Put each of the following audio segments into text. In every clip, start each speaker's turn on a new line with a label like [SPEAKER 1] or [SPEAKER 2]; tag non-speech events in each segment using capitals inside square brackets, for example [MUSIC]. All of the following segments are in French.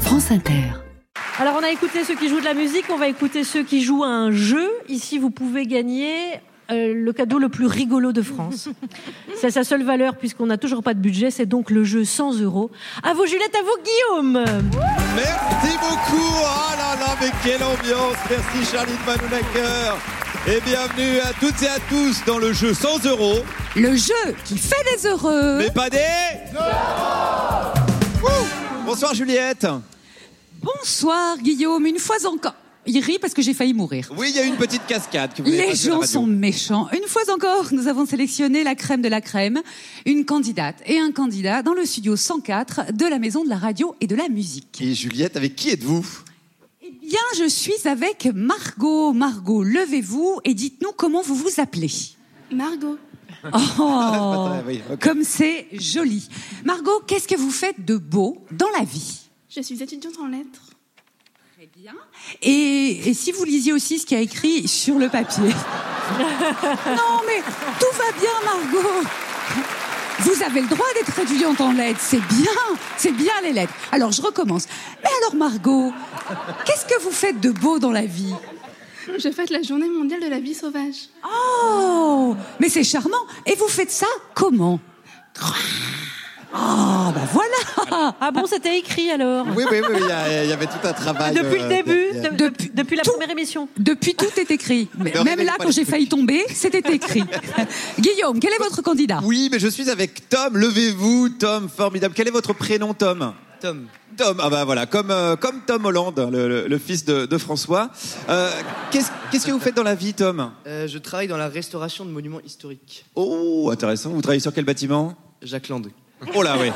[SPEAKER 1] France Inter.
[SPEAKER 2] Alors on a écouté ceux qui jouent de la musique, on va écouter ceux qui jouent à un jeu. Ici, vous pouvez gagner euh, le cadeau le plus rigolo de France. c'est sa seule valeur puisqu'on n'a toujours pas de budget, c'est donc le jeu 100 euros. À vous Juliette, à vous Guillaume
[SPEAKER 3] Merci beaucoup. Ah là là, mais quelle ambiance. Merci Charline Manounaker. Et bienvenue à toutes et à tous dans le jeu 100 euros.
[SPEAKER 4] Le jeu qui fait des heureux.
[SPEAKER 3] Mais pas des... Ouh. Bonsoir Juliette.
[SPEAKER 4] Bonsoir Guillaume, une fois encore. Il rit parce que j'ai failli mourir.
[SPEAKER 3] Oui, il y a une petite cascade que vous avez
[SPEAKER 4] Les
[SPEAKER 3] pas vue à la
[SPEAKER 4] gens
[SPEAKER 3] radio.
[SPEAKER 4] sont méchants. Une fois encore, nous avons sélectionné la crème de la crème, une candidate et un candidat dans le studio 104 de la Maison de la Radio et de la Musique.
[SPEAKER 3] Et Juliette, avec qui êtes-vous
[SPEAKER 4] Eh bien, je suis avec Margot. Margot, levez-vous et dites-nous comment vous vous appelez.
[SPEAKER 5] Margot,
[SPEAKER 4] Oh,
[SPEAKER 3] [LAUGHS] Ah, oui, ok.
[SPEAKER 4] comme c'est joli. Margot, qu'est-ce que vous faites de beau dans la vie
[SPEAKER 5] je suis étudiante en lettres.
[SPEAKER 4] Et, et si vous lisiez aussi ce qu'il y a écrit sur le papier. non, mais tout va bien, Margot. Vous avez le droit d'être étudiante en lettres, c'est bien, c'est bien les lettres. Alors je recommence. Mais alors Margot, qu'est-ce que vous faites de beau dans la vie
[SPEAKER 5] Je fête la journée mondiale de la vie sauvage.
[SPEAKER 4] Oh, mais c'est charmant. Et vous faites ça comment Ah, bah voilà
[SPEAKER 2] Ah bon, c'était écrit alors
[SPEAKER 3] Oui, oui, oui, il y, a- il y avait tout un travail.
[SPEAKER 2] Ah, Depuis le
[SPEAKER 3] euh,
[SPEAKER 2] début,
[SPEAKER 3] derrière.
[SPEAKER 2] de-
[SPEAKER 4] Depuis
[SPEAKER 2] de- depuis la
[SPEAKER 4] tout.
[SPEAKER 2] première émission
[SPEAKER 4] Depuis, tout est écrit. Mais
[SPEAKER 3] Ne
[SPEAKER 4] Même
[SPEAKER 3] révèle
[SPEAKER 4] là,
[SPEAKER 3] pas
[SPEAKER 4] quand
[SPEAKER 3] les
[SPEAKER 4] j'ai
[SPEAKER 3] trucs.
[SPEAKER 4] failli tomber, c'était
[SPEAKER 3] [LAUGHS]
[SPEAKER 4] écrit. Guillaume, quel est votre candidat
[SPEAKER 3] Oui, mais je suis avec Tom. Levez-vous, Tom, formidable. Quel est votre prénom, Tom Tom. Tom, ah bah voilà, comme, euh, comme Tom Hollande, le, le- le fils de, de François. Euh, Qu'est-ce qu'est-ce que vous faites dans la vie, Tom
[SPEAKER 6] Euh, je travaille dans la restauration de monuments historiques.
[SPEAKER 3] Oh, intéressant. Vous travaillez sur quel bâtiment
[SPEAKER 6] Jacques Land.
[SPEAKER 3] Oh là, [LAUGHS] oui.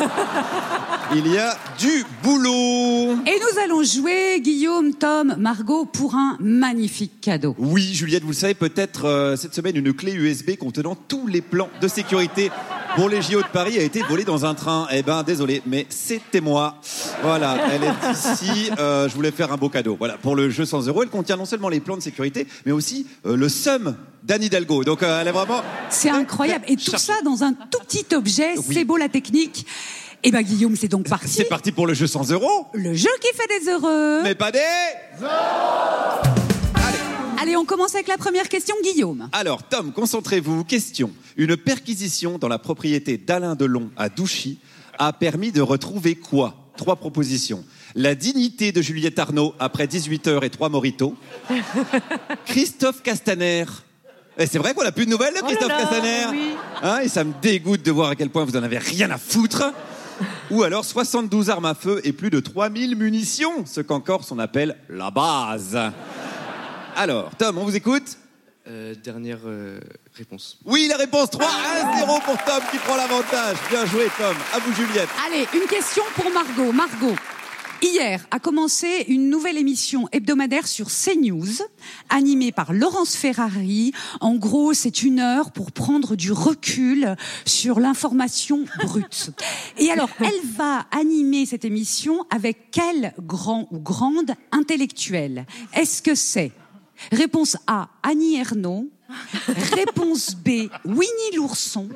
[SPEAKER 3] Il y a du boulot.
[SPEAKER 4] Et nous allons jouer, Guillaume, Tom, Margot, pour un magnifique cadeau.
[SPEAKER 3] Oui, Juliette, vous le savez peut-être, euh, cette semaine, une clé USB contenant tous les plans de sécurité pour les JO de Paris a été volée dans un train. Eh ben, désolé, mais c'était moi. Voilà, elle est ici. Euh, je voulais faire un beau cadeau. Voilà, pour le jeu 100 euros, elle contient non seulement les plans de sécurité, mais aussi euh, le sum d'Anne Hidalgo. Donc, euh, elle est vraiment...
[SPEAKER 4] C'est incroyable. Et tout
[SPEAKER 3] Chargé.
[SPEAKER 4] ça dans un tout petit objet.
[SPEAKER 3] Oui.
[SPEAKER 4] C'est beau la technique. Eh ben, Guillaume, c'est donc parti.
[SPEAKER 3] C'est parti pour le jeu 100 euros,
[SPEAKER 4] Le jeu qui fait des heureux.
[SPEAKER 3] mais pas des...
[SPEAKER 4] Allez, on commence avec la première question, Guillaume.
[SPEAKER 3] Alors, Tom, concentrez-vous. Question. Une perquisition dans la propriété d'Alain Delon à Douchy a permis de retrouver quoi Trois propositions. La dignité de Juliette Arnaud après 18 heures et trois
[SPEAKER 2] [LAUGHS]
[SPEAKER 3] moritos. Christophe Castaner. Eh, c'est vrai qu'on a plus de nouvelles de
[SPEAKER 2] là
[SPEAKER 3] Christophe
[SPEAKER 2] Oh là,
[SPEAKER 3] Castaner.
[SPEAKER 2] oui.
[SPEAKER 3] Hein, et ça me dégoûte de voir à quel point vous en avez rien à foutre. Ou alors 72 armes à feu et plus de 3000 munitions, ce qu'en Corse on appelle la base. Alors, Tom, on vous écoute
[SPEAKER 6] Euh, dernière euh, réponse.
[SPEAKER 3] oui, la réponse 3, 1-0 pour Tom qui prend l'avantage. Bien joué, Tom. À vous, Juliette.
[SPEAKER 4] Allez, une question pour Margot. Margot, hier a commencé une nouvelle émission hebdomadaire sur CNews, animée par Laurence Ferrari. En gros, c'est une heure pour prendre du recul sur l'information brute. Et alors, elle va animer cette émission avec quel grand ou grande intellectuel Est-ce que c'est Réponse A, Annie Ernaux. Réponse B, Winnie l'ourson.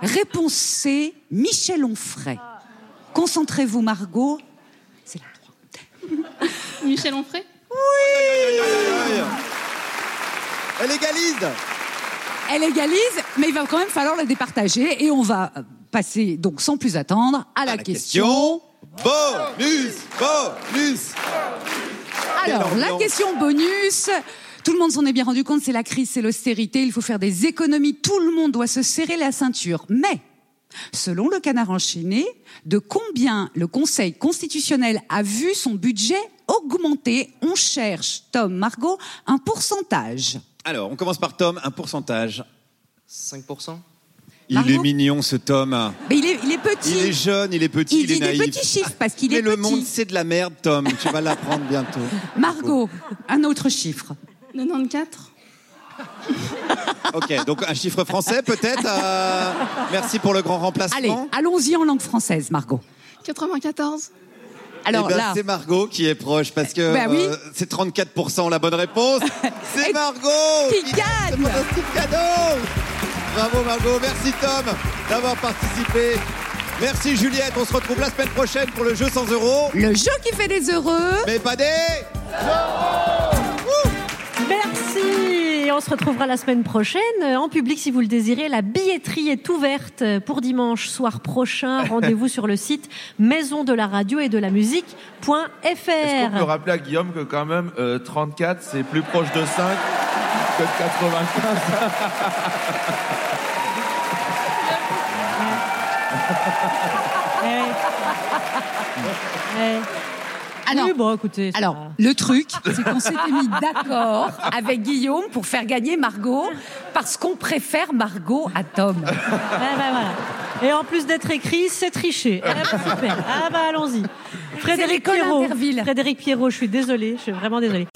[SPEAKER 4] Réponse C, Michel Onfray. Concentrez-vous, Margot. C'est la 3.
[SPEAKER 5] Michel Onfray
[SPEAKER 3] Elle égalise.
[SPEAKER 4] Elle égalise, mais il va quand même falloir la départager et on va euh, passer donc sans plus attendre à la,
[SPEAKER 3] À
[SPEAKER 4] question.
[SPEAKER 3] Bonus, bonus.
[SPEAKER 4] Alors,
[SPEAKER 3] Quelle
[SPEAKER 4] la
[SPEAKER 3] ambiance.
[SPEAKER 4] question bonus. Tout le monde s'en est bien rendu compte, c'est la crise, c'est l'austérité, il faut faire des économies, tout le monde doit se serrer la ceinture. Mais, selon le canard enchaîné, de combien le Conseil constitutionnel a vu son budget augmenter On cherche, Tom, Margot, un pourcentage.
[SPEAKER 3] Alors, on commence par Tom, un pourcentage.
[SPEAKER 6] 5%
[SPEAKER 3] Il
[SPEAKER 4] Margot
[SPEAKER 3] est mignon, ce Tom.
[SPEAKER 4] Mais il est, il est petit.
[SPEAKER 3] Il est jeune, il est
[SPEAKER 4] Il
[SPEAKER 3] petit, il,
[SPEAKER 4] dit
[SPEAKER 3] est
[SPEAKER 4] des
[SPEAKER 3] naïf.
[SPEAKER 4] petits chiffres parce qu'il
[SPEAKER 3] Mais
[SPEAKER 4] est
[SPEAKER 3] le
[SPEAKER 4] petit.
[SPEAKER 3] monde, c'est de la merde, Tom. Tu vas l'apprendre
[SPEAKER 4] [LAUGHS]
[SPEAKER 3] bientôt.
[SPEAKER 4] Margot, un autre chiffre.
[SPEAKER 5] 94
[SPEAKER 3] Ok, donc un chiffre français, peut-être. euh, Merci pour le grand remplacement.
[SPEAKER 4] Allez, allons-y en langue française, Margot.
[SPEAKER 5] 94
[SPEAKER 4] Alors
[SPEAKER 3] Eh ben,
[SPEAKER 4] là,
[SPEAKER 3] c'est Margot qui est proche parce que euh,
[SPEAKER 4] Bah oui.
[SPEAKER 3] c'est 34% la
[SPEAKER 4] [LAUGHS]
[SPEAKER 3] bonne réponse.
[SPEAKER 4] Et
[SPEAKER 3] C'est Margot
[SPEAKER 4] qui
[SPEAKER 3] qui
[SPEAKER 4] gagne.
[SPEAKER 3] ce fantastique cadeau. Bravo Margot, merci Tom d'avoir participé. Merci Juliette, on se retrouve la semaine prochaine pour le jeu 100 euros.
[SPEAKER 4] Le jeu qui fait des heureux.
[SPEAKER 3] Mais pas des...
[SPEAKER 2] Merci Et On se retrouvera la semaine prochaine euh, en public si vous le désirez. La billetterie est ouverte pour dimanche soir prochain. Rendez-vous sur le site maison de la radio et de la
[SPEAKER 1] Est-ce qu'on peut
[SPEAKER 2] musique.fr.
[SPEAKER 1] rappeler à Guillaume que quand même euh, 34 c'est plus proche de 5 que de 95
[SPEAKER 2] Eh.
[SPEAKER 4] Alors,
[SPEAKER 2] oui, bah. bon, Eh. écoutez. ça va.
[SPEAKER 4] Alors, le truc, c'est qu'on s'était mis d'accord avec Guillaume pour faire gagner Margot, parce qu'on préfère Margot à Tom.
[SPEAKER 2] Ouais, ouais, voilà. Et en plus d'être écrit, c'est triché. Ah, bah, super. Ah bah allons-y. Frédéric
[SPEAKER 4] l'école
[SPEAKER 2] Pierrot.
[SPEAKER 4] Interville.
[SPEAKER 2] Frédéric Pierrot, je suis désolée, je suis vraiment désolée.